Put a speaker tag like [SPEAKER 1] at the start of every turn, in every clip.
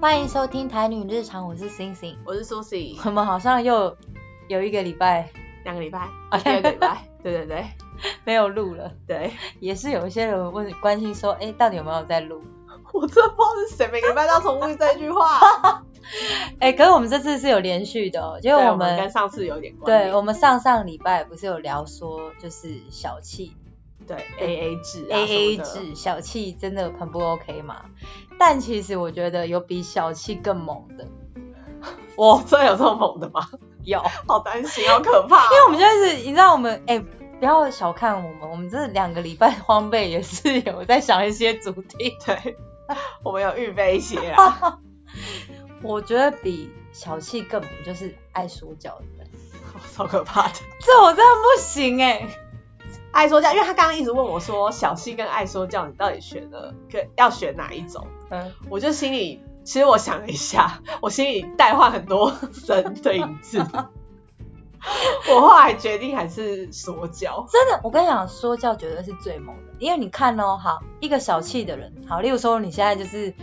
[SPEAKER 1] 欢迎收听《台女日常》，我是星星。
[SPEAKER 2] 我是 Susie，
[SPEAKER 1] 我们好像又有一个礼拜
[SPEAKER 2] 哦两个礼 拜，
[SPEAKER 1] 啊
[SPEAKER 2] 第二个礼拜，对对对
[SPEAKER 1] 没有录了，
[SPEAKER 2] 对，
[SPEAKER 1] 也是有一些人问关心说，哎，到底有没有在录？
[SPEAKER 2] 我真的不知道是谁每个礼拜都要重复这句话，
[SPEAKER 1] 哎，可是我们这次是有连续的、哦，因
[SPEAKER 2] 对
[SPEAKER 1] 为我
[SPEAKER 2] 我们跟
[SPEAKER 1] 们
[SPEAKER 2] 上次有点关
[SPEAKER 1] 对
[SPEAKER 2] 联，
[SPEAKER 1] 我们上上礼拜不是有聊说，就是小气
[SPEAKER 2] 对 A A 制
[SPEAKER 1] A A
[SPEAKER 2] 啊什么的
[SPEAKER 1] 制，小气真的很不 OK 嘛？但其实我觉得有比小气更猛的，
[SPEAKER 2] 哇，真的有这么猛的吗？
[SPEAKER 1] 有。
[SPEAKER 2] 好担心，好可 怕哦，
[SPEAKER 1] 因为我们就是，你知道我们，哎、不要小看我们，我们这两个礼拜荒废也是有在想一些主题，
[SPEAKER 2] 对，我们有预备一些啊，
[SPEAKER 1] 我觉得比小气更不就是爱说教的人，
[SPEAKER 2] 超可怕的。
[SPEAKER 1] 这我真的不行哎、
[SPEAKER 2] 爱说教，因为他刚刚一直问我说，小西跟爱说教，你到底选了跟要选哪一种？
[SPEAKER 1] 嗯，
[SPEAKER 2] 我就心里，其实我想了一下， 我心里代换很多人的影 子。我后来决定还是说教，
[SPEAKER 1] 真的，我跟你讲，说教绝对是最猛的，因为你看哦，好一个小气的人，好，例如说你现在就是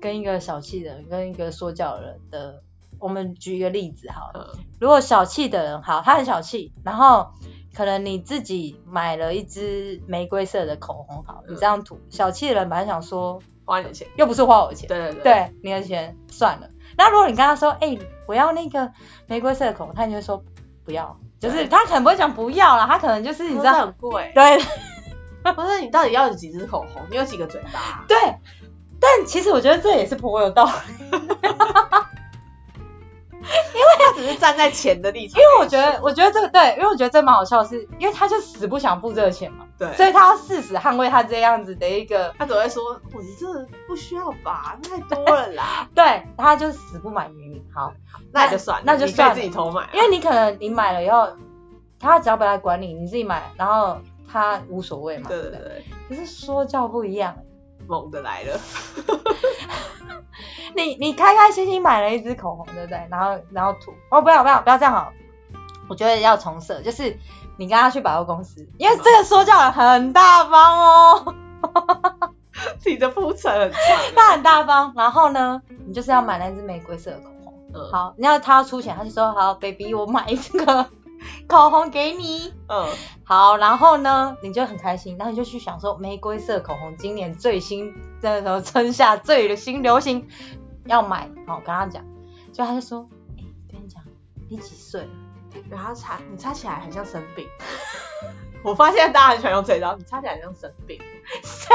[SPEAKER 1] 跟一个小气的人，跟一个说教的人的，我们举一个例子好了。
[SPEAKER 2] 嗯，
[SPEAKER 1] 如果小气的人，好，他很小气，然后可能你自己买了一支玫瑰色的口红，好，你这样涂，小气的人本来想说，
[SPEAKER 2] 花你的钱，
[SPEAKER 1] 又不是花我的钱，
[SPEAKER 2] 对对对，
[SPEAKER 1] 对你的钱算了。那如果你跟他说，哎、我要那个玫瑰色的口红，他就会说不要，就是
[SPEAKER 2] 对
[SPEAKER 1] 他可能不会讲不要啦，他可能就是你
[SPEAKER 2] 你
[SPEAKER 1] 知
[SPEAKER 2] 知
[SPEAKER 1] 道，
[SPEAKER 2] 道很 贵。
[SPEAKER 1] 对
[SPEAKER 2] 不是你到底要有几支口红？你有几个嘴巴？
[SPEAKER 1] 对。但其实我觉得这也是颇有道理，
[SPEAKER 2] 他只是站在钱的立场，
[SPEAKER 1] 因为我觉得，我觉得这个对，因为我觉得这蛮好笑的是，因为他就死不想付这个钱嘛，所
[SPEAKER 2] 对，
[SPEAKER 1] 以他要誓死捍卫他这样子的一个
[SPEAKER 2] 他总会说，我你这不需要吧，太多了啦，
[SPEAKER 1] 对，他就死不买给你。好，
[SPEAKER 2] 那也就算了，
[SPEAKER 1] 那就
[SPEAKER 2] 你可以
[SPEAKER 1] 算了
[SPEAKER 2] 自己偷买啊，
[SPEAKER 1] 因为你可能你买了以后，他只要不来管你，你自己买，然后他无所谓嘛。
[SPEAKER 2] 对
[SPEAKER 1] 不
[SPEAKER 2] 对 对，
[SPEAKER 1] 可是说教不一样，
[SPEAKER 2] 猛的来 了，
[SPEAKER 1] 你你开开心心买了一支口红，对不对？然后然后涂，哦不要不要不要这样好，我觉得要重设，就是你跟他去百货公司，因为这个说教人很大方哦，
[SPEAKER 2] 你的铺陈 很长
[SPEAKER 1] 他很大方。然后呢，你就是要买那支玫瑰色的口红。
[SPEAKER 2] 嗯
[SPEAKER 1] 好，你要他要出钱，他就说好，baby，我买这个 口红给你。
[SPEAKER 2] 嗯，
[SPEAKER 1] 好，然后呢，你就很开心，然后你就去想说，玫瑰色口红今年最新，那时候春夏最新流行，要买。好，跟他讲，就他就说，哎、跟你讲，你几岁了？
[SPEAKER 2] 然后擦你擦起来很像生病。 我发现大家很喜欢用这招，你擦起来很像生病，
[SPEAKER 1] 谁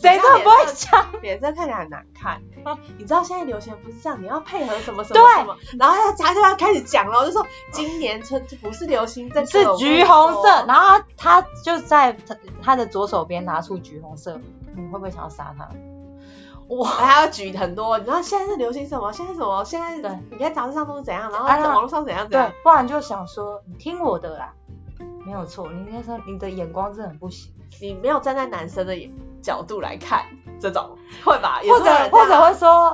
[SPEAKER 1] 谁都不会讲，
[SPEAKER 2] 脸色看起来很难看、哦你知道现在流行不是这样，你要配合什么什么什么，然后他他就要开始讲了，我就说今年春不是流行这个，
[SPEAKER 1] 是橘红色。，然后他他就在他他的左手边拿出橘红色，你会不会想要杀他？哇！
[SPEAKER 2] 还要举很多，你知道现在是流行什么，现在什么，现在
[SPEAKER 1] 对
[SPEAKER 2] 你看杂志上都是怎样，然后
[SPEAKER 1] 哎呀
[SPEAKER 2] 在网络上怎样怎
[SPEAKER 1] 对
[SPEAKER 2] 样，，
[SPEAKER 1] 不然就想说你听我的啦，没有错。你那时候你的眼光真的很不行，
[SPEAKER 2] 你没有站在男生的眼角度来看，这种会吧？
[SPEAKER 1] 或者或者
[SPEAKER 2] 会
[SPEAKER 1] 会说，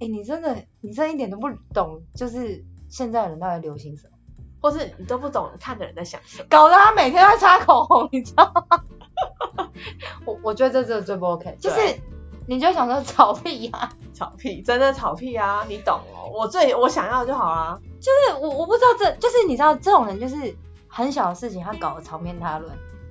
[SPEAKER 1] 哎、你真的你真的一点都不懂，就是现在人到底流行什么，
[SPEAKER 2] 或是你都不懂看的人在想什么。
[SPEAKER 1] 搞得他每天都在擦口红，你知道吗？ 我我觉得这真的最不 OK，就是
[SPEAKER 2] 对
[SPEAKER 1] 你就想说 草屁呀、
[SPEAKER 2] 草屁，真的草屁啊！你懂
[SPEAKER 1] 嗯
[SPEAKER 2] 哦，我最我想要就好啦。
[SPEAKER 1] 就是我我不知道这就是你知道这种人就是很小的事情他搞得长篇大论，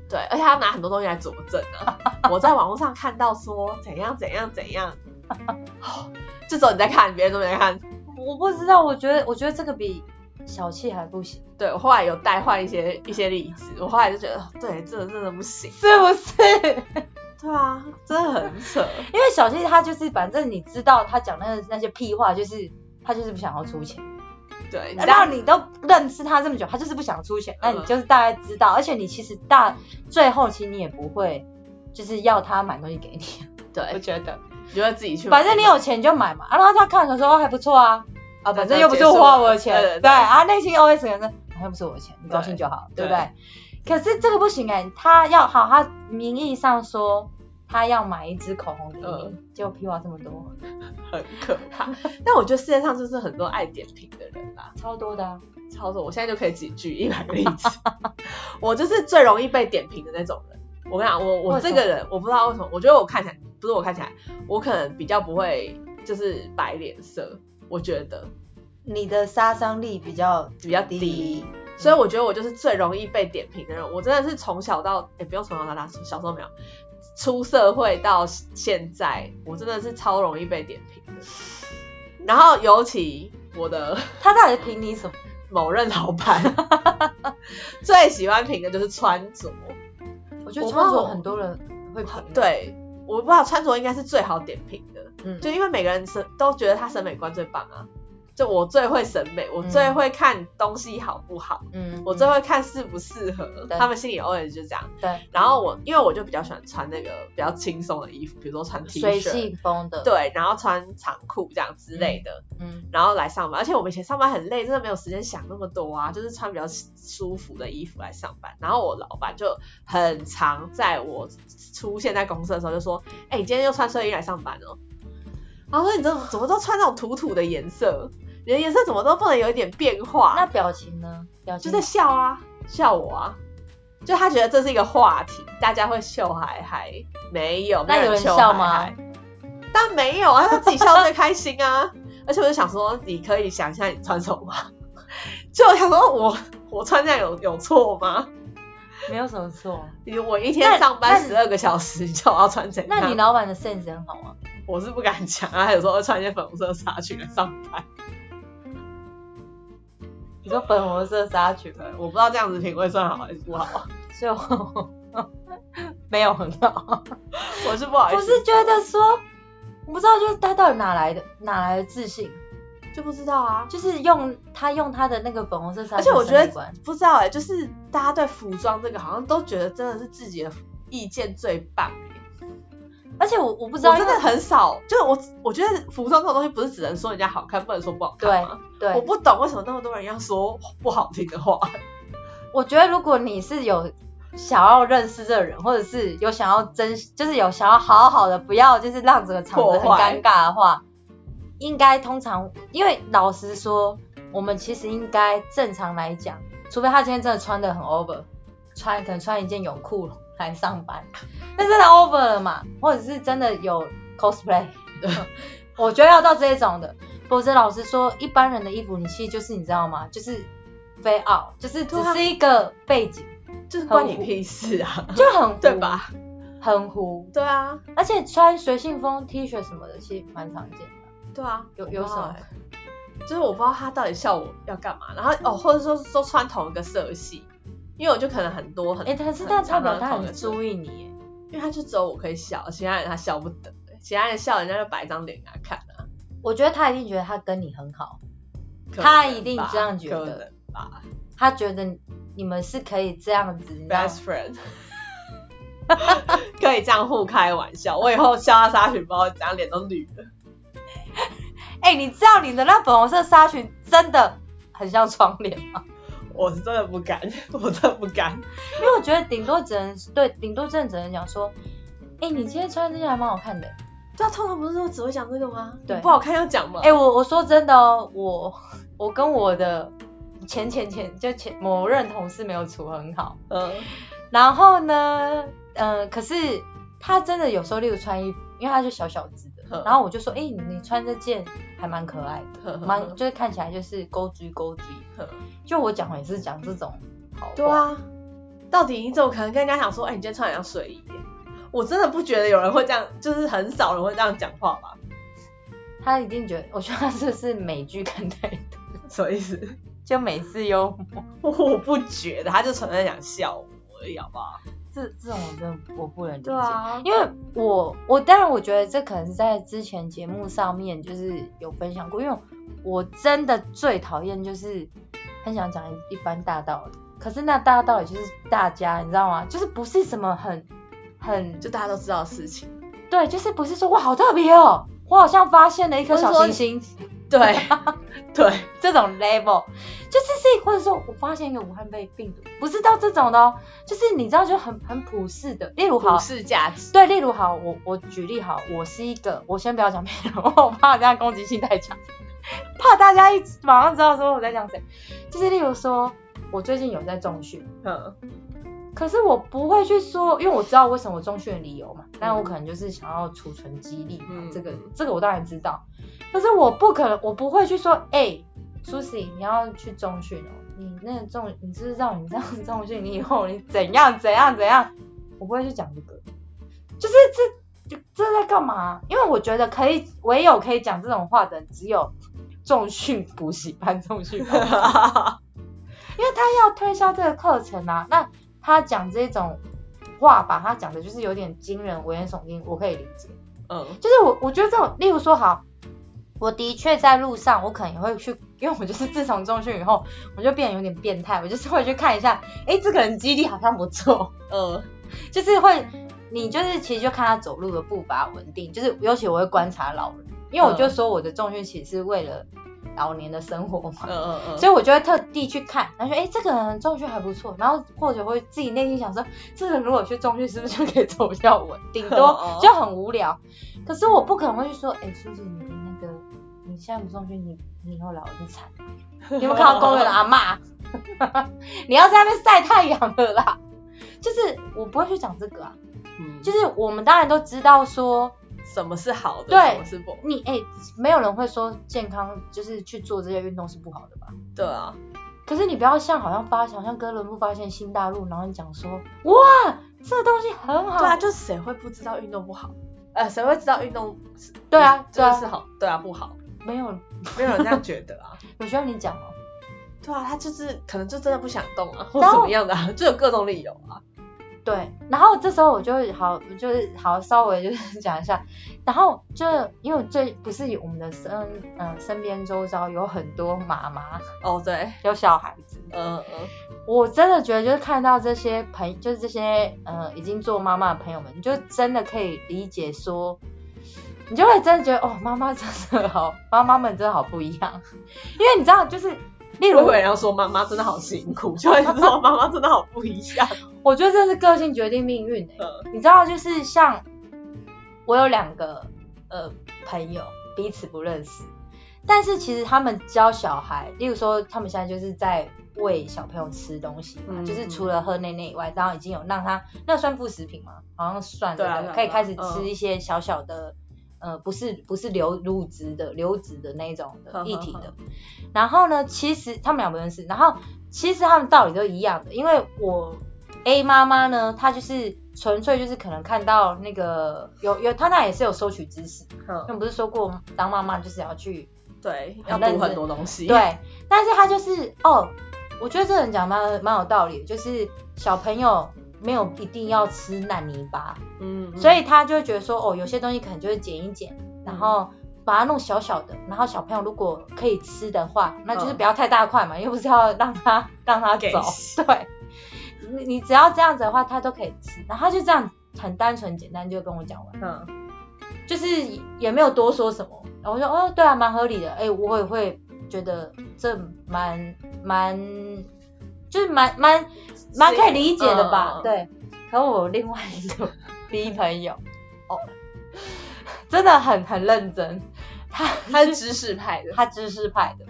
[SPEAKER 2] 对，而且他拿很多东西来佐证啊。 我在网络上看到说怎样怎样怎样，哦这时候你在看，别人都没在看。
[SPEAKER 1] 我不知道，我觉得我觉得这个比小气还不行，
[SPEAKER 2] 对我后来有代换一些一些例子，我后来就觉得，哦对，这个真的不行。
[SPEAKER 1] 是不是？
[SPEAKER 2] 对啊，真的很扯。
[SPEAKER 1] 因为小七他就是，反正你知道他讲那个那些屁话，就是他就是不想要出钱。
[SPEAKER 2] 对，你知
[SPEAKER 1] 然后
[SPEAKER 2] 道
[SPEAKER 1] 你都认识他这么久，他就是不想出钱，那你
[SPEAKER 2] 嗯
[SPEAKER 1] 就是大概知道。而且你其实大最后其实你也不会就是要他买东西给你，我
[SPEAKER 2] 对，
[SPEAKER 1] 觉得
[SPEAKER 2] 你就会自己去买。
[SPEAKER 1] 反正你有钱你就买嘛。啊、然后他看的时候哦还不错啊，啊
[SPEAKER 2] 对
[SPEAKER 1] 反正又不是花我的钱，
[SPEAKER 2] 对对对
[SPEAKER 1] 啊内心 OS 可能是好像不是我的钱，你高兴就好，对
[SPEAKER 2] 对
[SPEAKER 1] 不对？可是这个不行哎、他要好，他名义上说他要买一支口红给你，
[SPEAKER 2] 嗯
[SPEAKER 1] 结果屁话这么多。
[SPEAKER 2] 很可怕。但我觉得世界上就是很多爱点评的人啦、
[SPEAKER 1] 超多的、啊。
[SPEAKER 2] 操作，我现在就可以举举一百个例子。 我就是最容易被点评的那种人。我跟你讲，我我
[SPEAKER 1] 为什么
[SPEAKER 2] 这个人，我不知道为什么，我觉得我看起来不是我看起来，我可能比较不会就是白脸色，我觉得
[SPEAKER 1] 你的杀伤力比较
[SPEAKER 2] 比较低。所以我觉得我就是最容易被点评的人。我真的是从小到，也、不用从小到大，小时候没有，出社会到现在，我真的是超容易被点评的。然后尤其我的
[SPEAKER 1] 他到底评你什么？
[SPEAKER 2] 某任老板 最喜欢评的就是穿着，
[SPEAKER 1] 我嗯觉得穿着很多人会评，，
[SPEAKER 2] 对，我不知道穿着应该是最好点评的。
[SPEAKER 1] 嗯，
[SPEAKER 2] 就因为每个人审都觉得他审美观最棒啊。就我最会审美，我最会看东西好不好，
[SPEAKER 1] 嗯，
[SPEAKER 2] 我最会看适不适合。
[SPEAKER 1] 对
[SPEAKER 2] 他们心里 always 就这样。
[SPEAKER 1] 对
[SPEAKER 2] 然后我因为我就比较喜欢穿那个比较轻松的衣服，比如说穿 T
[SPEAKER 1] 随
[SPEAKER 2] 恤，
[SPEAKER 1] 性风的，，
[SPEAKER 2] 对，然后穿长裤这样之类的，
[SPEAKER 1] 嗯
[SPEAKER 2] 然后来上班。而且我们以前上班很累，真的没有时间想那么多啊，就是穿比较舒服的衣服来上班。然后我老板就很常在我出现在公司的时候就说：“哎、你今天又穿睡衣来上班哦。”然后说：“你怎么怎么都穿那种土土的颜色？你的颜色怎么都不能有一点变化？”
[SPEAKER 1] 那表情呢？表
[SPEAKER 2] 就
[SPEAKER 1] 情
[SPEAKER 2] 在笑啊，笑我啊。就他觉得这是一个话题，大家会秀嗨嗨，没有，
[SPEAKER 1] 那
[SPEAKER 2] 没
[SPEAKER 1] 有人
[SPEAKER 2] 秀
[SPEAKER 1] 笑
[SPEAKER 2] 嗨
[SPEAKER 1] 吗
[SPEAKER 2] 嗨？但没有啊，他自己笑最开心啊。 而且我就想说，你可以想一下你穿什么吗？ 就我想说我我穿这样有有错吗？
[SPEAKER 1] 没有什么错。
[SPEAKER 2] 你我一
[SPEAKER 1] 那
[SPEAKER 2] 天上班
[SPEAKER 1] 那
[SPEAKER 2] 十二个小时，你叫我要穿怎样？
[SPEAKER 1] 那你老板的 sense 很好吗？
[SPEAKER 2] 我是不敢讲啊，他有时候会穿一些粉红色的纱裙来上班。
[SPEAKER 1] 你说粉红色纱裙
[SPEAKER 2] 对，我不知道这样子品味算好还是不好，
[SPEAKER 1] 所以我 没有很好。
[SPEAKER 2] 我是不好意
[SPEAKER 1] 我
[SPEAKER 2] 思，
[SPEAKER 1] 是觉得说，我不知道，就是他到底哪来的哪来的自信，
[SPEAKER 2] 就不知道啊。
[SPEAKER 1] 就是用他用他的那个粉红色纱
[SPEAKER 2] 而
[SPEAKER 1] 裙
[SPEAKER 2] 且我
[SPEAKER 1] 的
[SPEAKER 2] 觉
[SPEAKER 1] 审美
[SPEAKER 2] 得
[SPEAKER 1] 观，
[SPEAKER 2] 不知道哎、就是大家对服装这个好像都觉得真的是自己的意见最棒、欸。
[SPEAKER 1] 而且我我不
[SPEAKER 2] 我
[SPEAKER 1] 知道，
[SPEAKER 2] 真
[SPEAKER 1] 因
[SPEAKER 2] 的
[SPEAKER 1] 为
[SPEAKER 2] 很少，就是我我觉得服装这种东西不是只能说人家好看，不能说不好看吗？
[SPEAKER 1] 对，
[SPEAKER 2] 我不懂为什么那么多人要说不好听的 话。
[SPEAKER 1] 我觉得如果你是有想要认识这个人，或者是有想要珍，就是有想要好好的，不要就是让整个场子很
[SPEAKER 2] 破坏
[SPEAKER 1] 尴尬的话，应该通常，因为老实说，我们其实应该正常来讲，除非他今天真的穿的很 over，穿可能穿一件泳裤来上班，那真的 over 了嘛，或者是真的有 cosplay，我觉得要到这种的，否则老实说，一般人的衣服你其实就是你知道吗？就是非 out，就是只
[SPEAKER 2] 对啊
[SPEAKER 1] 是一个背景，
[SPEAKER 2] 就是关你屁事啊，
[SPEAKER 1] 就很糊
[SPEAKER 2] 对？吧？
[SPEAKER 1] 很糊，
[SPEAKER 2] 对啊，
[SPEAKER 1] 而且穿随性风 T 恤什么的，其实蛮常见的。
[SPEAKER 2] 对啊，
[SPEAKER 1] 有有什么
[SPEAKER 2] 我不知道欸？就是我不知道他到底笑我要干嘛，然后哦，或者说说穿同一个色系，因为我就可能很多很，
[SPEAKER 1] 哎、但是
[SPEAKER 2] 很
[SPEAKER 1] 但代
[SPEAKER 2] 常
[SPEAKER 1] 表
[SPEAKER 2] 常
[SPEAKER 1] 他
[SPEAKER 2] 同一
[SPEAKER 1] 很
[SPEAKER 2] 个色
[SPEAKER 1] 注意你耶，
[SPEAKER 2] 因为他就只有我可以笑，其他人他笑不得、其他人笑人家就摆一张脸给他看啊。
[SPEAKER 1] 我觉得他一定觉得他跟你很好，
[SPEAKER 2] 可能
[SPEAKER 1] 他一定
[SPEAKER 2] 吧
[SPEAKER 1] 这样觉得
[SPEAKER 2] 可能吧
[SPEAKER 1] 他觉得你们是可以这样子，你知道吗
[SPEAKER 2] ，best friend，可以这样互开玩笑。我以后笑他沙群包，整张脸都绿了。
[SPEAKER 1] 哎、你知道你的那粉红色纱裙真的很像窗帘 吗？
[SPEAKER 2] 我是真的不敢， 我真的不敢。
[SPEAKER 1] 因为我觉得顶多只能对，顶多真的只能讲说，哎、你今天穿这件还蛮好看的、
[SPEAKER 2] 对啊，通常不是说只会讲这个吗？
[SPEAKER 1] 对
[SPEAKER 2] 你不好看要讲吗？
[SPEAKER 1] 哎、我我说真的哦，我我跟我的前前前就前某任同事没有处很好，
[SPEAKER 2] 嗯，
[SPEAKER 1] 然后呢，嗯、可是他真的有时候，例如穿衣服，因为他就小小只的，
[SPEAKER 2] 嗯
[SPEAKER 1] 然后我就说，哎、你你穿这件还蛮可爱的，
[SPEAKER 2] 嗯
[SPEAKER 1] 蛮就是看起来就是勾追勾追，就我讲也是讲这种好话，
[SPEAKER 2] 对，啊，到底你怎么可能跟人家讲说，哎、你今天穿得像睡衣耶？我真的不觉得有人会这样，就是很少人会这样讲话吧？
[SPEAKER 1] 他一定觉得，我觉得他这是美剧看太多，
[SPEAKER 2] 什么意思？
[SPEAKER 1] 就美式幽默。
[SPEAKER 2] 我不觉得，他就纯粹想笑我而已，好不好？
[SPEAKER 1] 这这种我真的我不能理解，
[SPEAKER 2] 对啊
[SPEAKER 1] 因为我我当然我觉得这可能是在之前节目上面就是有分享过，因为我真的最讨厌就是很想讲一般大道理，可是那大道理就是大家你知道吗？就是不是什么很很
[SPEAKER 2] 就大家都知道的事情。
[SPEAKER 1] 对，就是不是说哇好特别哦，我好像发现了一颗
[SPEAKER 2] 或是
[SPEAKER 1] 小
[SPEAKER 2] 说
[SPEAKER 1] 行星
[SPEAKER 2] 对，对，
[SPEAKER 1] 这种 level，就是是或者说我发现一个武汉肺病毒，不是到这种的哦，就是你知道就很很普世的，例如好
[SPEAKER 2] 普。世价 值。
[SPEAKER 1] 对，例如好，我我举例好，我是一个，我先不要讲别人， 我怕这样攻击性太强，怕大家一马上知道说我在讲谁。就是例如说，我最近有在重训，
[SPEAKER 2] 嗯，
[SPEAKER 1] 可是我不会去说，因为我知道为什么我中训的理由嘛，但我可能就是想要储存激励嘛，
[SPEAKER 2] 嗯
[SPEAKER 1] 这个这个我当然知道，可是我不可能，我不会去说，哎、苏 s i 你要去中训哦，你那个中，你知道你这样中训，你以后你怎样怎样怎样，我不会去讲这个，就是这就这在干嘛？因为我觉得可以，唯有可以讲这种话的人只有重训补习班、重训班。因为他要推销这个课程啊，那他讲这种话，把他讲的就是有点惊人、危言耸听，我可以理解。
[SPEAKER 2] 嗯
[SPEAKER 1] 就是我我觉得这种，例如说好，我的确在路上，我可能也会去， 因为我就是自从中训以后，我就变得有点变态，我就是会去看一下，诶，这个人肌力好像不错，
[SPEAKER 2] 嗯
[SPEAKER 1] 就是会，你就是其实就看他走路的步伐稳定，就是尤其我会观察老人，因为我就说我的重训其实是为了老年的生活嘛
[SPEAKER 2] 嗯，嗯 嗯，
[SPEAKER 1] 所以我就会特地去看，然后说，哎、这个人中训还不错，然后或者会自己内心想说，这个人如果去中训，是不是就可以走比较稳？顶多就很无聊。可是我不可能会去说，哎、苏姐，你那个你现在不中训，你你以后老了就惨。你有没有看到公园的阿嬷？ 你要在那边晒太阳的啦。就是我不会去讲这个啊，
[SPEAKER 2] 嗯
[SPEAKER 1] 就是我们当然都知道说
[SPEAKER 2] 什么是好的，
[SPEAKER 1] 对
[SPEAKER 2] 什么是不，
[SPEAKER 1] 你哎、没有人会说健康就是去做这些运动是不好的吧？
[SPEAKER 2] 对啊，
[SPEAKER 1] 可是你不要像好像发想像哥伦布发现新大陆，然后你讲说哇这东西很好，
[SPEAKER 2] 对啊，就谁会不知道运动不好？呃，谁会知道运动是？
[SPEAKER 1] 对啊
[SPEAKER 2] 不
[SPEAKER 1] 对啊
[SPEAKER 2] 真的是好，对啊，不好，
[SPEAKER 1] 没有
[SPEAKER 2] 没有人这样觉得啊。
[SPEAKER 1] 有需要你讲哦。
[SPEAKER 2] 对啊，他就是可能就真的不想动啊，或
[SPEAKER 1] 然
[SPEAKER 2] 怎
[SPEAKER 1] 后
[SPEAKER 2] 么样的、啊，就有各种理由啊。
[SPEAKER 1] 对，然后这时候我就会好，我就是好稍微就是讲一下，然后就因为最不是有我们的身嗯、呃身边周遭有很多妈妈
[SPEAKER 2] 哦，对，
[SPEAKER 1] 有小孩子，
[SPEAKER 2] 嗯嗯
[SPEAKER 1] 我真的觉得就是看到这些朋，就是这些呃已经做妈妈的朋友们，你就真的可以理解说，你就会真的觉得哦，妈妈真的好，妈妈们真的好不一样， 因为你知道就是， 例
[SPEAKER 2] 我
[SPEAKER 1] 如
[SPEAKER 2] 以为要说妈妈真的好辛苦，就会说妈妈真的好不一样。
[SPEAKER 1] 我觉得这是个性决定命运、欸
[SPEAKER 2] 嗯
[SPEAKER 1] 你知道就是像我有两个呃朋友彼此不认识，但是其实他们教小孩，例如说他们现在就是在喂小朋友吃东西嘛，
[SPEAKER 2] 嗯
[SPEAKER 1] 就是除了喝奶奶以外，然后已经有让他那算副食品吗？好像算
[SPEAKER 2] 对啊
[SPEAKER 1] 了，
[SPEAKER 2] 对啊
[SPEAKER 1] 可以开始
[SPEAKER 2] 对啊
[SPEAKER 1] 吃一些小小的。呃，不是不是流乳脂的流脂的那种
[SPEAKER 2] 呵
[SPEAKER 1] 的
[SPEAKER 2] 呵
[SPEAKER 1] 液体
[SPEAKER 2] 呵
[SPEAKER 1] 的，然后呢，其实他们俩不认识，然后其实他们道理都一样的，因为我 A 妈妈呢，她就是纯粹就是可能看到那个有有，她那也是有收取知识，因为
[SPEAKER 2] 嗯，
[SPEAKER 1] 不是说过当妈妈就是要去
[SPEAKER 2] 对，要
[SPEAKER 1] 很
[SPEAKER 2] 读
[SPEAKER 1] 认真
[SPEAKER 2] 很多东西。，
[SPEAKER 1] 对，但是她就是哦，我觉得这人讲蛮蛮有道理的，就是小朋友没有一定要吃烂泥巴，
[SPEAKER 2] 嗯，嗯
[SPEAKER 1] 所以他就会觉得说，哦，有些东西可能就是剪一剪，然后
[SPEAKER 2] 嗯
[SPEAKER 1] 把它弄小小的，然后小朋友如果可以吃的话，那就是不要太大块嘛，又不是要让他让他
[SPEAKER 2] 嗯给
[SPEAKER 1] 走， 对，你你只要这样子的话，他都可以吃，然后他就这样很单纯简单就跟我讲完，
[SPEAKER 2] 嗯
[SPEAKER 1] 就是也没有多说什么，然后我说，哦，对啊，蛮合理的，哎，我也会觉得这蛮蛮就是蛮蛮蛮可以理解的吧？
[SPEAKER 2] 嗯嗯嗯
[SPEAKER 1] 对。可我另外一个 B 朋友，哦，真的很很认真， 他
[SPEAKER 2] 他是知识派的。
[SPEAKER 1] 他知识派的，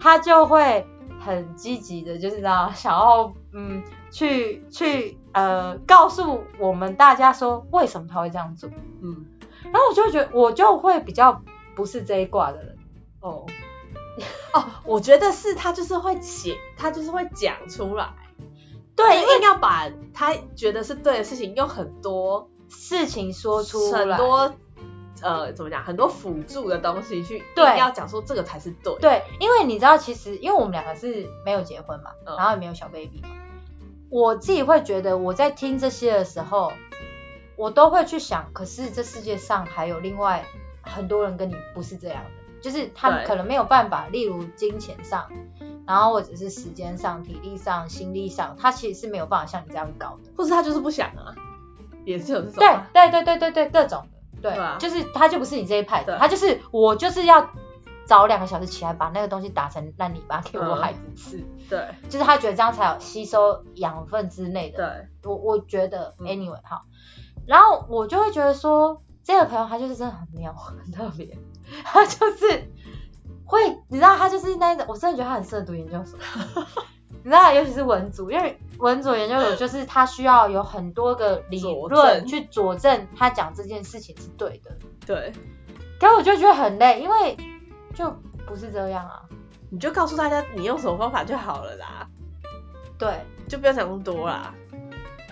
[SPEAKER 1] 他就会很积极的，就是呢想要嗯去去呃告诉我们大家说为什么他会这样做，
[SPEAKER 2] 嗯，
[SPEAKER 1] 然后我就会觉得我就会比较不是这一挂的人，
[SPEAKER 2] 哦。哦，我觉得是他就是会写，他就是会讲出来，
[SPEAKER 1] 对，因
[SPEAKER 2] 就
[SPEAKER 1] 为
[SPEAKER 2] 硬要把他觉得是对的事情用很多
[SPEAKER 1] 事情说出来，
[SPEAKER 2] 很多呃怎么讲，很多辅助的东西去，
[SPEAKER 1] 对
[SPEAKER 2] 要讲说这个才是对。，
[SPEAKER 1] 对，因为你知道，其实因为我们两个是没有结婚嘛，
[SPEAKER 2] 嗯
[SPEAKER 1] 然后也没有小 baby 嘛，我自己会觉得我在听这些的时候，我都会去想，可是这世界上还有另外很多人跟你不是这样的，就是他们
[SPEAKER 2] 对
[SPEAKER 1] 可能没有办法，例如金钱上，然后或者是时间上、体力上、心力上，他其实是没有办法像你这样搞的。
[SPEAKER 2] 或是他就是不想啊，也是有这种
[SPEAKER 1] 对
[SPEAKER 2] 啊、
[SPEAKER 1] 对对对对对，各种的，对，
[SPEAKER 2] 对啊
[SPEAKER 1] 就是他就不是你这一派的，
[SPEAKER 2] 对
[SPEAKER 1] 他就是我就是要早两个小时起来把那个东西打成烂泥巴给我
[SPEAKER 2] 嗯
[SPEAKER 1] 孩子吃，
[SPEAKER 2] 对
[SPEAKER 1] 就是他觉得这样才有吸收养分之类的。
[SPEAKER 2] 对
[SPEAKER 1] 我我觉得
[SPEAKER 2] 嗯
[SPEAKER 1] anyway 好，然后我就会觉得说这个朋友他就是真的很妙， 很特别，他就是 会，你知道他就是那一种，我真的觉得他很适合读研究所，你知道，尤其是文组，因为文组研究所就是他需要有很多个理
[SPEAKER 2] 佐
[SPEAKER 1] 论
[SPEAKER 2] 证
[SPEAKER 1] 去佐证他讲这件事情是对的，
[SPEAKER 2] 对，
[SPEAKER 1] 可我就觉得很累，因为就不是这样啊。
[SPEAKER 2] 你就告诉大家你用什么方法就好了啦，
[SPEAKER 1] 对
[SPEAKER 2] 就不要想那么多啦。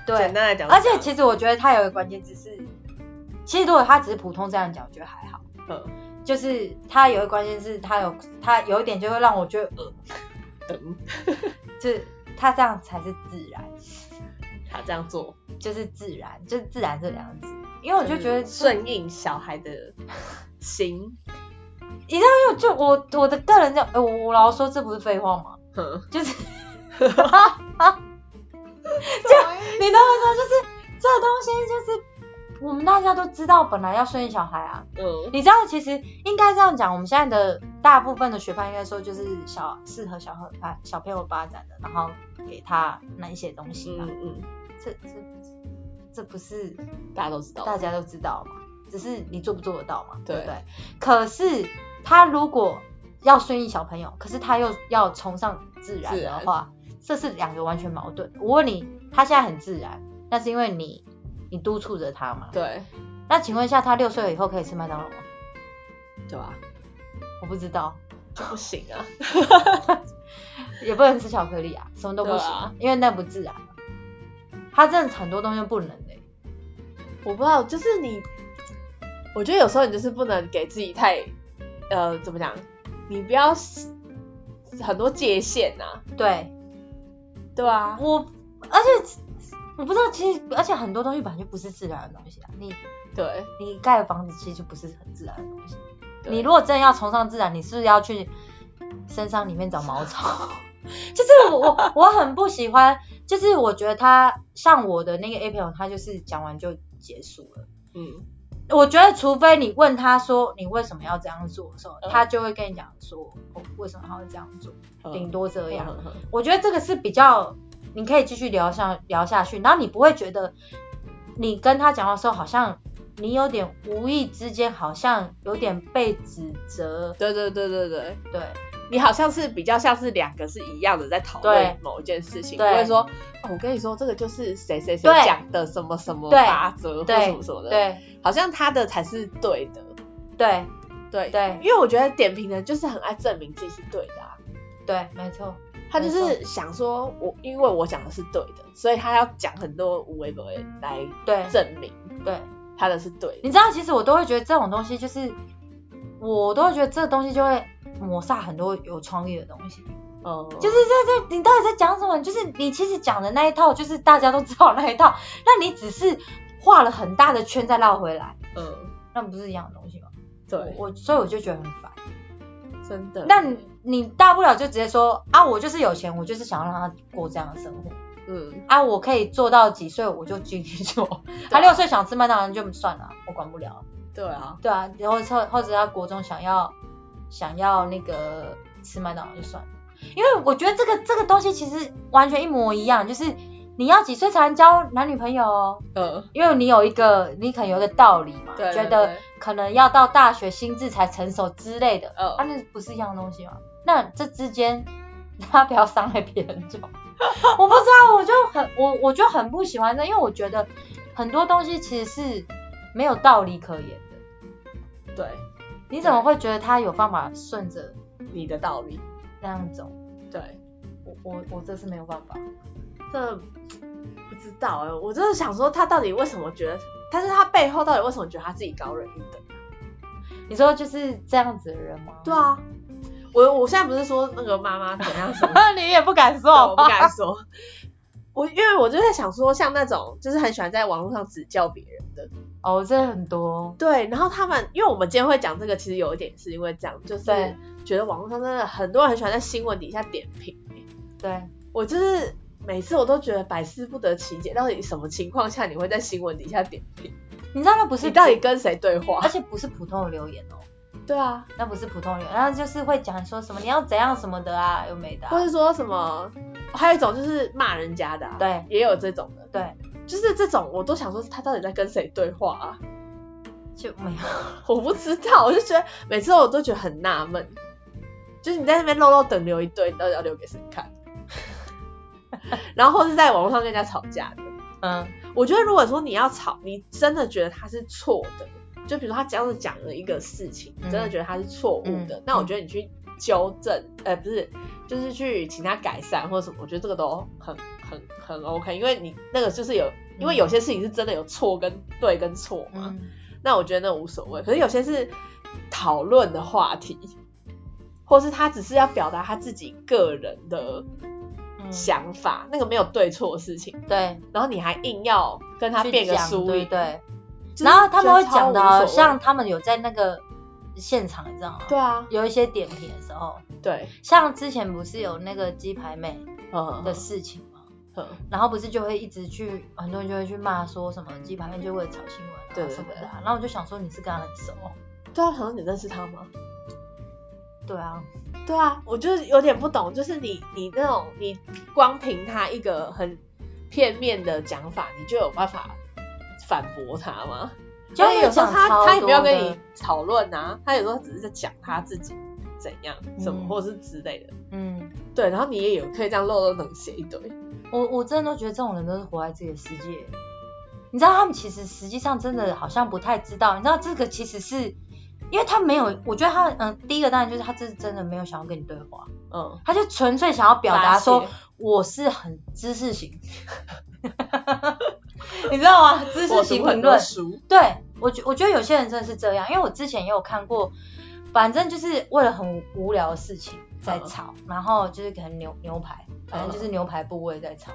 [SPEAKER 1] 对
[SPEAKER 2] 简，单来讲是
[SPEAKER 1] 而
[SPEAKER 2] 这样，
[SPEAKER 1] 且其实我觉得他有一个关键字是，其实如果他只是普通这样讲，我觉得还好。
[SPEAKER 2] 嗯
[SPEAKER 1] 就是他有一个关键是，他有他有一点就会让我觉得，呃，
[SPEAKER 2] 嗯，
[SPEAKER 1] 就是他这样才是自然，
[SPEAKER 2] 他这样做，
[SPEAKER 1] 就是自然，就是自然这两个字。因为我就觉得
[SPEAKER 2] 是，顺应小孩的 心，
[SPEAKER 1] 因为就我我的个人就，呃我我老实说这不是废话吗？
[SPEAKER 2] 哼，
[SPEAKER 1] 就是，你都会说就是这东西就是我们大家都知道，本来要顺应小孩啊，
[SPEAKER 2] 嗯，
[SPEAKER 1] 你知道，其实应该这样讲，我们现在的大部分的学派应该说就是小适合小朋友发小朋友发展的，然后给他那一些东西嘛。
[SPEAKER 2] 嗯嗯，
[SPEAKER 1] 这这这不是
[SPEAKER 2] 大家都知道，
[SPEAKER 1] 大家都知道嘛？只是你做不做得到嘛？对不
[SPEAKER 2] 对
[SPEAKER 1] 对？可是他如果要顺应小朋友，可是他又要崇尚自然
[SPEAKER 2] 自
[SPEAKER 1] 的
[SPEAKER 2] 然
[SPEAKER 1] 话，这是两个完全矛盾。我问你，他现在很自然，那是因为你你督促着他嘛？
[SPEAKER 2] 对
[SPEAKER 1] 那请问一下，他六岁以后可以吃麦当劳吗？
[SPEAKER 2] 对吧？
[SPEAKER 1] 我不知道。
[SPEAKER 2] 就不行啊，
[SPEAKER 1] 也不能吃巧克力啊，什么都不行，
[SPEAKER 2] 对啊
[SPEAKER 1] 因为那不自然。他真的很多东西不能的、 欸
[SPEAKER 2] 我不知道，就是你，我觉得有时候你就是不能给自己太，呃，怎么讲？你不要很多界限呐、
[SPEAKER 1] 对
[SPEAKER 2] 对啊，
[SPEAKER 1] 我，而且我不知道，其实而且很多东西本来就不是自然的东西啊。你
[SPEAKER 2] 对，
[SPEAKER 1] 你盖的房子其实就不是很自然的东西。
[SPEAKER 2] 对
[SPEAKER 1] 你如果真的要崇尚自然，你是不是要去深山里面找茅草？ 就是我我我很不喜欢，就是我觉得他像我的那个 A 朋友，他就是讲完就结束了。
[SPEAKER 2] 嗯，
[SPEAKER 1] 我觉得，除非你问他说你为什么要这样做的时候，
[SPEAKER 2] 嗯
[SPEAKER 1] 他就会跟你讲说我为什么他会这样做，顶多这
[SPEAKER 2] 这
[SPEAKER 1] 样。
[SPEAKER 2] 样，嗯
[SPEAKER 1] 我觉得这个是比较你可以继续聊下聊下去，然后你不会觉得你跟他讲话的时候好像你有点无意之间好像有点被指责，
[SPEAKER 2] 对对对对对，
[SPEAKER 1] 对
[SPEAKER 2] 你好像是比较像是两个是一样的在讨论
[SPEAKER 1] 对
[SPEAKER 2] 某一件事情，不
[SPEAKER 1] 对
[SPEAKER 2] 会说、哦我跟你说这个就是谁谁谁
[SPEAKER 1] 对
[SPEAKER 2] 讲的什么什么
[SPEAKER 1] 对
[SPEAKER 2] 法则或什么什么的，，
[SPEAKER 1] 对
[SPEAKER 2] 好像他的才是对的，
[SPEAKER 1] 对
[SPEAKER 2] 对，
[SPEAKER 1] 对
[SPEAKER 2] 因为我觉得点评人就是很爱证明自己是对的啊，
[SPEAKER 1] 对，没错，
[SPEAKER 2] 他就
[SPEAKER 1] 没
[SPEAKER 2] 是想说我因为我讲的是对的，所以他要讲很多无为不为来
[SPEAKER 1] 对
[SPEAKER 2] 证明
[SPEAKER 1] 对。
[SPEAKER 2] 他的是对的，
[SPEAKER 1] 你知道，其实我都会觉得这种东西就是，我都会觉得这东西就会抹煞很多有创意的东西。
[SPEAKER 2] 嗯，
[SPEAKER 1] 就是在在你到底在讲什么？就是你其实讲的那一套，就是大家都知道那一套， 那你只是画了很大的圈再绕回来，
[SPEAKER 2] 嗯，
[SPEAKER 1] 那不是一样的东西吗？
[SPEAKER 2] 对，
[SPEAKER 1] 我所以我就觉得很烦。
[SPEAKER 2] 真的，
[SPEAKER 1] 那你你大不了就直接说啊，我就是有钱，我就是想要让他过这样的生活
[SPEAKER 2] 嗯，
[SPEAKER 1] 啊，我可以做到几岁我就继续做。他六岁想吃麦当劳就算了，啊我管不了。
[SPEAKER 2] 对啊，
[SPEAKER 1] 对啊，然后或或者他国中想要想要那个吃麦当劳就算了，因为我觉得这个这个东西其实完全一模一样，就是你要几岁才能交男女朋友哦，
[SPEAKER 2] 嗯，
[SPEAKER 1] 因为你有一个你可能有一个道理嘛，
[SPEAKER 2] 对，
[SPEAKER 1] 觉得
[SPEAKER 2] 对
[SPEAKER 1] 可能要到大学心智才成熟之类的，
[SPEAKER 2] 嗯
[SPEAKER 1] 啊，那不是一样的东西吗？那这之间。他不要伤害别人就好， 我不知道，我就很我我就很不喜欢这，因为我觉得很多东西其实是没有道理可言的。
[SPEAKER 2] 对对
[SPEAKER 1] 你怎么会觉得他有办法顺着
[SPEAKER 2] 你的道理，
[SPEAKER 1] 那样走？
[SPEAKER 2] 对。
[SPEAKER 1] 我我我这是没有办法。
[SPEAKER 2] 这不知道哎、我真的想说他到底为什么觉得，但是他背后到底为什么觉得他自己高人一等？啊
[SPEAKER 1] 你说就是这样子的人吗？
[SPEAKER 2] 对啊，我我现在不是说那个妈妈怎样 什么，
[SPEAKER 1] 你也不敢说
[SPEAKER 2] 我
[SPEAKER 1] 好
[SPEAKER 2] 啊不
[SPEAKER 1] 好，
[SPEAKER 2] 敢说。我因为我就在想说，像那种就是很喜欢在网络上指教别人的，
[SPEAKER 1] 哦，我真的很多。
[SPEAKER 2] 对。然后他们，因为我们今天会讲这个，其实有一点是因为这样，就是
[SPEAKER 1] 对
[SPEAKER 2] 觉得网络上真的很多人很喜欢在新闻底下点评、欸
[SPEAKER 1] 对，
[SPEAKER 2] 我就是每次我都觉得百思不得其解，到底什么情况下你会在新闻底下点评？
[SPEAKER 1] 你知道那不是
[SPEAKER 2] 你到底跟谁对
[SPEAKER 1] 哦而
[SPEAKER 2] 话？
[SPEAKER 1] 且不是普通的留言哦，
[SPEAKER 2] 对啊，
[SPEAKER 1] 那不是普通的留言，那就是会讲说什么你要怎样什么的啊，又没的、
[SPEAKER 2] 或
[SPEAKER 1] 啊。
[SPEAKER 2] 是说什么，还有一种就是骂人家的、啊，
[SPEAKER 1] 对，
[SPEAKER 2] 也有这种的，
[SPEAKER 1] 对，
[SPEAKER 2] 就是这种我都想说他到底在跟谁对话啊？
[SPEAKER 1] 就没有。
[SPEAKER 2] 我不知道，我就觉得每次我都觉得很 纳闷，就是你在那边漏漏等留一堆，你到底要留给谁看？然后或是在网络上跟人家吵架的。
[SPEAKER 1] 嗯
[SPEAKER 2] 我觉得如果说你要吵，你真的觉得他是错的，就比如说他这样子讲了一个事情，你真的觉得他是错误的，
[SPEAKER 1] 嗯
[SPEAKER 2] 那我觉得你去纠正，呃，不是，就是去请他改善或者什么，我觉得这个都很很很 OK，因为你那个就是有，因为有些事情是真的有错跟对跟错嘛，
[SPEAKER 1] 嗯，
[SPEAKER 2] 那我觉得那无所谓。可是有些是讨论的话题，或是他只是要表达他自己个人的
[SPEAKER 1] 嗯
[SPEAKER 2] 想法，那个没有对错的事情。
[SPEAKER 1] 对，
[SPEAKER 2] 然后你还硬要跟他
[SPEAKER 1] 去
[SPEAKER 2] 变个
[SPEAKER 1] 讲
[SPEAKER 2] 输
[SPEAKER 1] 对
[SPEAKER 2] 赢，
[SPEAKER 1] 对。
[SPEAKER 2] 就是
[SPEAKER 1] 然后他们会讲的好
[SPEAKER 2] 觉得超无所谓
[SPEAKER 1] 像他们有在那个现场，你知道吗？
[SPEAKER 2] 对啊，
[SPEAKER 1] 有一些点评的时候，
[SPEAKER 2] 对，啊
[SPEAKER 1] 像之前不是有那个鸡排妹
[SPEAKER 2] 嗯
[SPEAKER 1] 的事情吗？
[SPEAKER 2] 嗯
[SPEAKER 1] 然后不是就会一直去，很多人就会去骂说什么鸡排妹就为了炒新闻
[SPEAKER 2] 对
[SPEAKER 1] 啊
[SPEAKER 2] 对
[SPEAKER 1] 什么的、
[SPEAKER 2] 对
[SPEAKER 1] 啊。然后我就想说你是跟他很熟，哦
[SPEAKER 2] 对啊，我想说你认识他吗？
[SPEAKER 1] 对啊，
[SPEAKER 2] 对啊，我就是有点不懂，就是你你那种你光凭他一个很片面的讲法，你就有办法反驳他吗？
[SPEAKER 1] 就
[SPEAKER 2] 所以有时候
[SPEAKER 1] 讲
[SPEAKER 2] 他
[SPEAKER 1] 超
[SPEAKER 2] 他也没有
[SPEAKER 1] 多
[SPEAKER 2] 跟
[SPEAKER 1] 的
[SPEAKER 2] 你讨论啊，他有时候只是在讲他自己怎样什么、
[SPEAKER 1] 嗯
[SPEAKER 2] 或者是之类的。
[SPEAKER 1] 嗯，
[SPEAKER 2] 对，然后你也有可以这样漏漏等写一堆。
[SPEAKER 1] 我我真的都觉得这种人都是活在自己的世界。你知道他们其实实际上真的好像不太知道，你知道这个其实是因为他没有，我觉得他嗯、呃第一个当然就是他这是真的没有想要跟你对话，
[SPEAKER 2] 嗯，
[SPEAKER 1] 他就纯粹想要表达
[SPEAKER 2] 发
[SPEAKER 1] 说
[SPEAKER 2] 泄
[SPEAKER 1] 我是很知识型， 你知道吗？知
[SPEAKER 2] 我
[SPEAKER 1] 识
[SPEAKER 2] 读
[SPEAKER 1] 型
[SPEAKER 2] 很
[SPEAKER 1] 评
[SPEAKER 2] 多
[SPEAKER 1] 论，
[SPEAKER 2] 书，
[SPEAKER 1] 对我觉我觉得有些人真的是这样，因为我之前也有看过，反正就是为了很无聊的事情在吵，然后就是可能牛牛排，反正就是牛排部位在吵，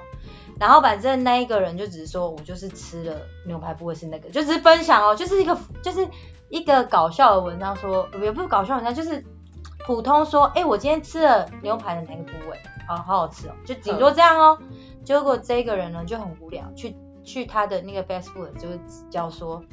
[SPEAKER 1] 然后反正那一个人就只是说我就是吃了牛排部位是那个，就只是分享哦，就是一个就是一个搞笑的文章说，呃也不是搞笑文章，就是普通说，哎、我今天吃了牛排的哪个部位，好好好吃哦，就顶多这样哦。结果这个人呢就很无聊，去去他的那个 Facebook 就是教说，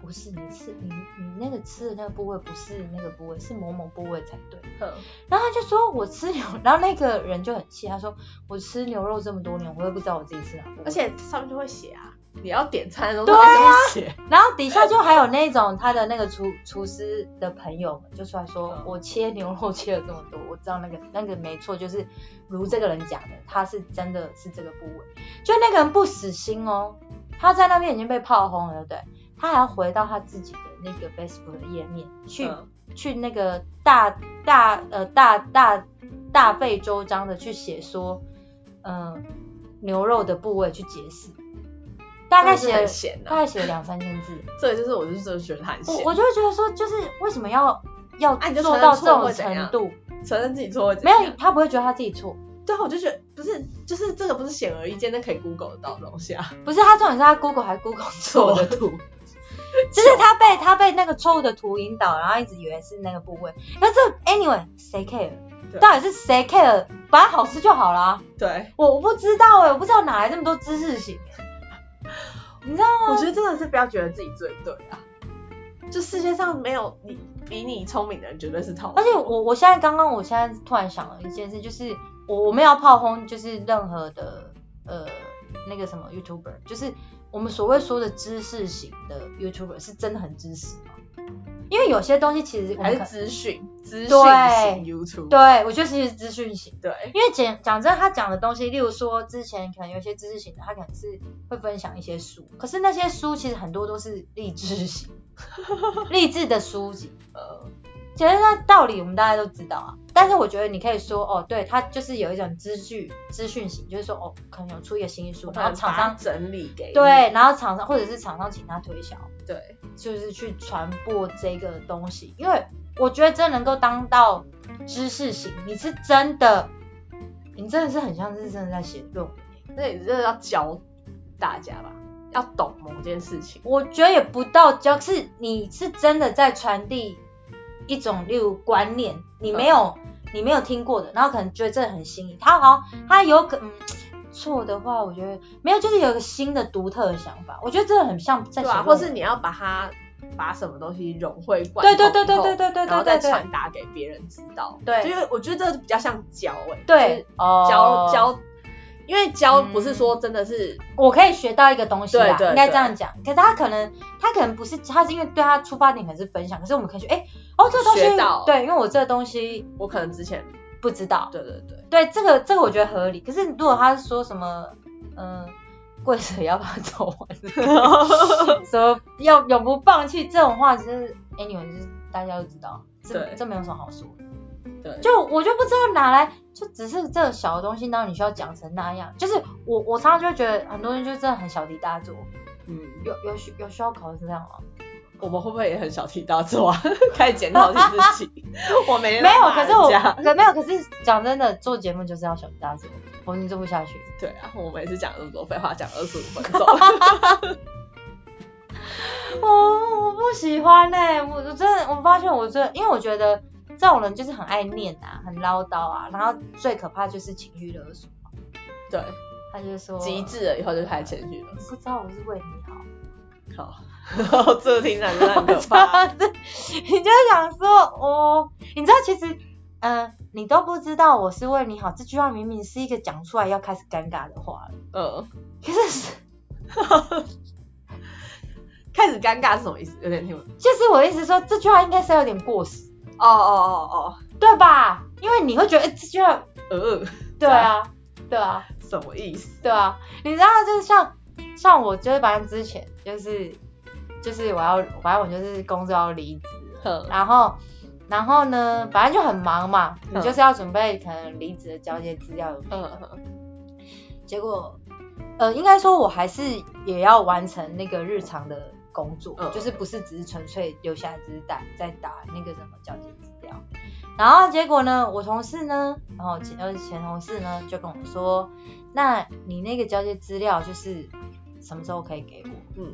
[SPEAKER 1] 不是你吃你你那个吃的那个部位不是那个部位，是某某部位才对。
[SPEAKER 2] 嗯
[SPEAKER 1] 然后他就说我吃牛， 然后那个人就很气，他说我吃牛肉这么多年，我也不知道我自己吃哪部位。
[SPEAKER 2] 而，且上面就会写啊，你要点餐的时
[SPEAKER 1] 对
[SPEAKER 2] 候
[SPEAKER 1] 啊
[SPEAKER 2] 他就会写。
[SPEAKER 1] 然后底下就还有那种他的那个厨厨师的朋友们就出来说
[SPEAKER 2] 嗯，
[SPEAKER 1] 我切牛肉切了这么多，我知道那个那个没错，就是如这个人讲的，他是真的是这个部位，就那个人不死心哦，他在那边已经被炮轰了，对不对？他还要回到他自己的那个 Facebook 的页面去、
[SPEAKER 2] 嗯
[SPEAKER 1] 去那个大大呃大大大费周章的去写说，嗯、牛肉的部位去解释，大概
[SPEAKER 2] 真的是
[SPEAKER 1] 写
[SPEAKER 2] 很闲啊
[SPEAKER 1] 大概写了两三千字，
[SPEAKER 2] 这个就是我就是真的觉得他很
[SPEAKER 1] 我
[SPEAKER 2] 闲，
[SPEAKER 1] 我就会觉得说，就是为什么要要
[SPEAKER 2] 啊你就
[SPEAKER 1] 做
[SPEAKER 2] 承认
[SPEAKER 1] 到
[SPEAKER 2] 错
[SPEAKER 1] 这
[SPEAKER 2] 会
[SPEAKER 1] 种
[SPEAKER 2] 怎样
[SPEAKER 1] 程度？
[SPEAKER 2] 承认自己错会怎
[SPEAKER 1] 没
[SPEAKER 2] 样
[SPEAKER 1] 有，他不会觉得他自己错，
[SPEAKER 2] 对啊，我就觉得不是，就是这个不是显而易见，那可以 Google 得到的东西啊。
[SPEAKER 1] 不是他重点是他 Google 还 Google
[SPEAKER 2] 错
[SPEAKER 1] 错
[SPEAKER 2] 的
[SPEAKER 1] 的，
[SPEAKER 2] 图，
[SPEAKER 1] 就是他被他被那个错误的图引导，然后一直以为是那个部位。那这 anyway 谁 care？
[SPEAKER 2] 对
[SPEAKER 1] 到底是谁 care？把它好吃就好啦。
[SPEAKER 2] 对，啊
[SPEAKER 1] 我我不知道哎、我不知道哪来这么多知识型、你知道吗？
[SPEAKER 2] 我觉得真的是不要觉得自己最对啊，就世界上没有你比你聪明的人，绝对是超。
[SPEAKER 1] 而且我我现在刚刚我现在突然想了一件事，就是我我们要炮轰就是任何的呃那个什么 YouTuber，就是我们所谓说的知识型的 YouTuber 是真的很知识吗？因为有些东西其实我
[SPEAKER 2] 还
[SPEAKER 1] 们可
[SPEAKER 2] 是资讯资讯
[SPEAKER 1] 对
[SPEAKER 2] 型 YouTube，
[SPEAKER 1] 对我觉得其实是资讯型。
[SPEAKER 2] 对
[SPEAKER 1] 因为讲讲真，他讲的东西，例如说之前可能有一些知识型的，他可能是会分享一些书，可是那些书其实很多都是励志 型，励志的书籍。
[SPEAKER 2] 呃，
[SPEAKER 1] 其实那道理我们大家都知道啊，但是我觉得你可以说哦，对，它就是有一种资讯资讯型，就是说哦，可能有出一个新书，然后厂
[SPEAKER 2] 把它
[SPEAKER 1] 商
[SPEAKER 2] 整理给你
[SPEAKER 1] 对，然后厂商或者是厂商请他推销，
[SPEAKER 2] 对，
[SPEAKER 1] 就是去传播这个东西，因为我觉得真能够当到知识型，你是真的，你真的是很像是真的在写论文。
[SPEAKER 2] 那你真的要教大家吧，要懂某件事情。
[SPEAKER 1] 我觉得也不到教，是你是真的在传递一种例如观念，你没有、
[SPEAKER 2] 嗯
[SPEAKER 1] 你没有听过的，然后可能觉得这很新颖，他好像他有可嗯错的话，我觉得没有，就是有一个新的独特的想法，我觉得这很像在
[SPEAKER 2] 对
[SPEAKER 1] 写
[SPEAKER 2] 啊，
[SPEAKER 1] 论
[SPEAKER 2] 或
[SPEAKER 1] 文、
[SPEAKER 2] 是你要把它把什么东西融会贯
[SPEAKER 1] 对对对
[SPEAKER 2] 通
[SPEAKER 1] 对
[SPEAKER 2] 以后
[SPEAKER 1] 对对对
[SPEAKER 2] 然后
[SPEAKER 1] 对
[SPEAKER 2] 再
[SPEAKER 1] 对对
[SPEAKER 2] 传达给别人知道。
[SPEAKER 1] 对
[SPEAKER 2] 就是我觉得这个比较像教哎、
[SPEAKER 1] 对，
[SPEAKER 2] 就
[SPEAKER 1] 哦嗯
[SPEAKER 2] 是教教，因为教不是说真的是、
[SPEAKER 1] 我可以学到一个东西啦，
[SPEAKER 2] 对对
[SPEAKER 1] 应该
[SPEAKER 2] 对
[SPEAKER 1] 这样讲。可是他可能他可能不是，他是因为对他出发点可能是分享，可是我们可以去哎、哦这个东西
[SPEAKER 2] 学到
[SPEAKER 1] 对，因为我这个东西
[SPEAKER 2] 我可能之前
[SPEAKER 1] 不知道。
[SPEAKER 2] 对对 对，
[SPEAKER 1] 对，这个这个我觉得合理。可是如果他是说什么，嗯、跪着也要把它走完， 什么要永不放弃这种话，其实 anyway 就是大家都知道，这
[SPEAKER 2] 对
[SPEAKER 1] 这没有什么好说。
[SPEAKER 2] 对，
[SPEAKER 1] 就我就不知道哪来，就只是这小的东西，然后你需要讲成那样。就是我我常常就会觉得很多人就真的很小题大做，
[SPEAKER 2] 嗯，
[SPEAKER 1] 有有需有需要考成这样吗？
[SPEAKER 2] 我们会不会也很少提到做啊？ 开始检讨自 己，我每天都
[SPEAKER 1] 没有，
[SPEAKER 2] 骂
[SPEAKER 1] 可
[SPEAKER 2] 人
[SPEAKER 1] 是我
[SPEAKER 2] 家
[SPEAKER 1] 可没有，可是讲真的，做节目就是要小题大做，否则你做不下去。
[SPEAKER 2] 对啊，我们也是讲了这么多废话，讲二十五分钟，
[SPEAKER 1] 我我不喜欢呢、我我真的我发现我真的，因为我觉得这种人就是很爱念啊，很唠叨啊，然后最可怕就是情绪勒索，
[SPEAKER 2] 对，
[SPEAKER 1] 他就说
[SPEAKER 2] 极，致了以后就开始情绪了。
[SPEAKER 1] 不知道我是为你好，
[SPEAKER 2] 好， 这个听起来真的很可 怕。
[SPEAKER 1] 你就想说哦，你知道其实。嗯、你都不知道我是为你好，这句话明明是一个讲出来要开始尴尬的话了，
[SPEAKER 2] 嗯，
[SPEAKER 1] 可是
[SPEAKER 2] 开始尴尬是什么意思？有点听不懂。
[SPEAKER 1] 就是我的意思说，这句话应该是有点过时，
[SPEAKER 2] 哦哦哦
[SPEAKER 1] 对吧？因为你会觉得，哎、这句话，
[SPEAKER 2] 哦，呃，
[SPEAKER 1] 对啊，对啊，
[SPEAKER 2] 什么意思？
[SPEAKER 1] 对啊，你知道就是像像我就是反正之前就是就是我要反正我就是工作要离职，
[SPEAKER 2] 哼，
[SPEAKER 1] 然后然后呢反正就很忙嘛，你
[SPEAKER 2] 嗯
[SPEAKER 1] 就是要准备可能离职的交接资料，
[SPEAKER 2] 嗯哼，
[SPEAKER 1] 结果呃应该说我还是也要完成那个日常的工作，
[SPEAKER 2] 嗯
[SPEAKER 1] 就是不是只是纯粹留下来只是打在打那个什么交接资料，然后结果呢我同事呢，然后前呃前同事呢就跟我说，那你那个交接资料就是什么时候可以给我？
[SPEAKER 2] 嗯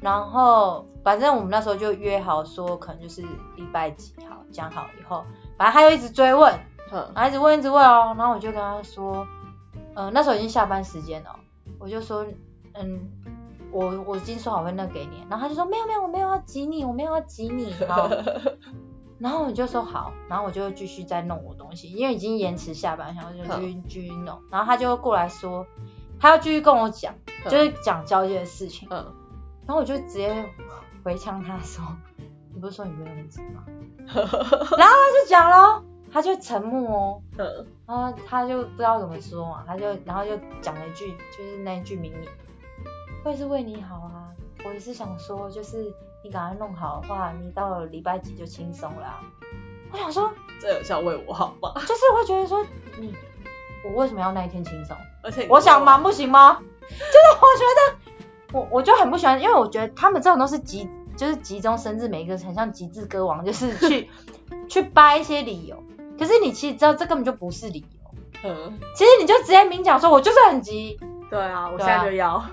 [SPEAKER 1] 然后反正我们那时候就约好说，可能就是礼拜几好讲好以后，反正他又一直追问，
[SPEAKER 2] 哼，
[SPEAKER 1] 然后一直问一直问哦，然后我就跟他说，呃，那时候已经下班时间了，我就说，嗯，我我已经说好会那个给你，然后他就说没有没有，我没有要挤你，我没有要挤你，然 后然后我就说好，然后我就继续再弄我东西，因为已经延迟下班，然后就继续继续弄，然后他就过来说，他要继续跟我讲，就是讲交接的事情，
[SPEAKER 2] 嗯，
[SPEAKER 1] 然后我就直接回呛他说，你不是说你没有很挤吗？他就讲咯，他就沉默哦。
[SPEAKER 2] 嗯，
[SPEAKER 1] 然后他就不知道怎么说嘛，他就然后就讲了一句，就是那一句名言，我也是为你好啊，我也是想说，就是你赶快弄好的话，你到了礼拜几就轻松啦、我想说，
[SPEAKER 2] 这有效为我好吗？
[SPEAKER 1] 就是我会觉得说你，我为什么要那一天轻松？
[SPEAKER 2] 而且你
[SPEAKER 1] 我想忙不行吗？ 就是我觉得我我就很不喜欢，因为我觉得他们这种都是集就是集中生智，每一个很像极致歌王，就是去 去掰一些理由，可是你其实知道这根本就不是理由。
[SPEAKER 2] 嗯，
[SPEAKER 1] 其实你就直接明讲说，我就是很急。
[SPEAKER 2] 对啊，我
[SPEAKER 1] 对
[SPEAKER 2] 现
[SPEAKER 1] 啊
[SPEAKER 2] 在就要，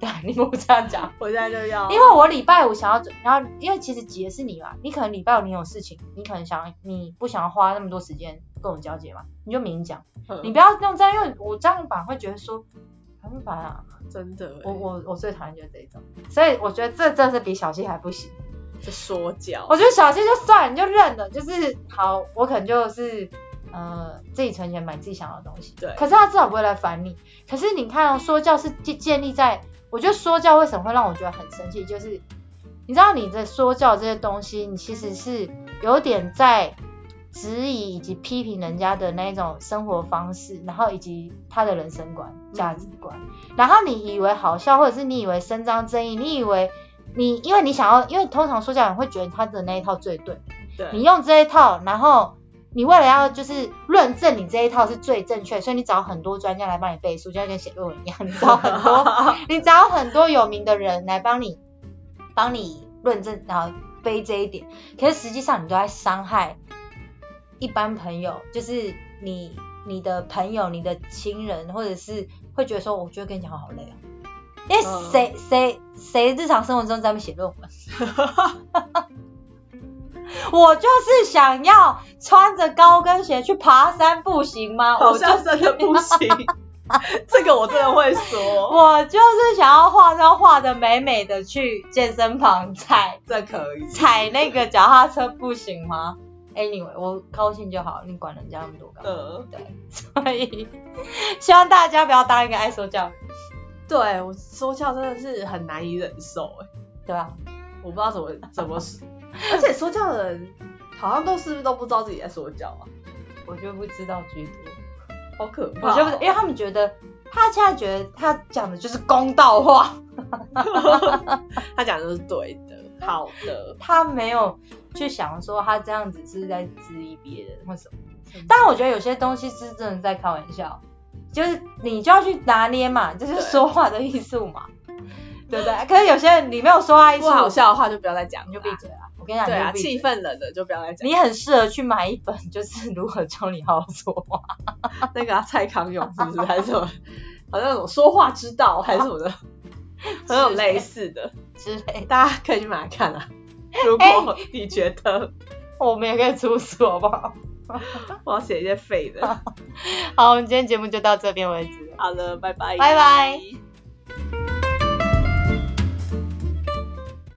[SPEAKER 1] 对， 你不这样讲，
[SPEAKER 2] 我现在就要，
[SPEAKER 1] 因为我礼拜五想要准，然后因为其实急的是你嘛，你可能礼拜五你有事情，你可能想你不想要花那么多时间跟我交接嘛，你就明讲，你
[SPEAKER 2] 嗯
[SPEAKER 1] 不要用这样，因为我这样反而会觉得说很烦啊。
[SPEAKER 2] 真的欸，
[SPEAKER 1] 我我我最讨厌就是这一种，所以我觉得这真的是比小七还不行。
[SPEAKER 2] 这说教，
[SPEAKER 1] 我觉得小七就算了，你就认了，就是好，我可能就是呃自己存钱买自己想要的东西。
[SPEAKER 2] 对
[SPEAKER 1] 可是他至少不会来烦你。可是你看、哦，说教是建建立在，我觉得说教为什么会让我觉得很生气，就是你知道你的说教这些东西，你其实是有点在质疑以及批评人家的那一种生活方式，然后以及他的人生观、价值观。然后你以为好笑，或者是你以为伸张正义，你以为你因为你想要，因为通常说教人会觉得他的那一套最对，
[SPEAKER 2] 对，
[SPEAKER 1] 你用这一套，然后你为了要就是论证你这一套是最正确，所以你找很多专家来帮你背书，就像跟写论文一样，你找很 多，你找很多有名的人来帮你帮你论证，然后背这一点。可是实际上你都在伤害一般朋友，就是你你的朋友、你的亲人，或者是会觉得说，我觉得跟你讲话好累哦。因为
[SPEAKER 2] 嗯
[SPEAKER 1] 谁谁谁日常生活中在那边写论文， 我就是想要穿着高跟鞋去爬山，不行吗？
[SPEAKER 2] 好
[SPEAKER 1] 我就
[SPEAKER 2] 像真的不行， 这个我真的会 说，
[SPEAKER 1] 我就是想要化妆化的美美的去健身房踩
[SPEAKER 2] 这可以，
[SPEAKER 1] 踩那个脚踏车，不行吗？Anyway，我高兴就好，你管人家那么多干嘛？
[SPEAKER 2] 嗯，
[SPEAKER 1] 对，所以希望大家不要当一个爱说教人，
[SPEAKER 2] 对我说教真的是很难以忍受，哎，
[SPEAKER 1] 对啊吧？
[SPEAKER 2] 我不知道怎 么怎么，而且说教的人好像都是不是都不知道自己在说教啊，
[SPEAKER 1] 我就不知道居多，
[SPEAKER 2] 好可怕、哦
[SPEAKER 1] 我就不，因为他们觉得他现在觉得他讲的就是公道话，
[SPEAKER 2] 他讲的都是对的， 好的。
[SPEAKER 1] 他没有去想说他这样子是在质疑别人或什么。
[SPEAKER 2] 嗯
[SPEAKER 1] 但我觉得有些东西是真的在开玩笑，就是你就要去拿捏嘛，这就是
[SPEAKER 2] 对
[SPEAKER 1] 说话的艺术嘛，对不对？可是有些人你没有说话艺术，
[SPEAKER 2] 不好笑的话就不要再讲，
[SPEAKER 1] 你
[SPEAKER 2] 了
[SPEAKER 1] 就
[SPEAKER 2] 啦
[SPEAKER 1] 闭。嘴啊！我跟你讲，
[SPEAKER 2] 对啊，
[SPEAKER 1] 你就闭嘴
[SPEAKER 2] 气氛冷的就不要再讲。
[SPEAKER 1] 你很适合去买一本，就是如何教你好好说话。
[SPEAKER 2] 那个、啊、蔡康永是不是还是什么？好像那种说话之道还是什么的， 很有类似的，
[SPEAKER 1] 之类的。
[SPEAKER 2] 大家可以去买来看啊。哎如 果你觉得
[SPEAKER 1] 我们也可以出书，好不好？
[SPEAKER 2] 我要 写一些废的，
[SPEAKER 1] 好，我们今天节目就到这边为止了。
[SPEAKER 2] 好了，拜拜，
[SPEAKER 1] 拜拜。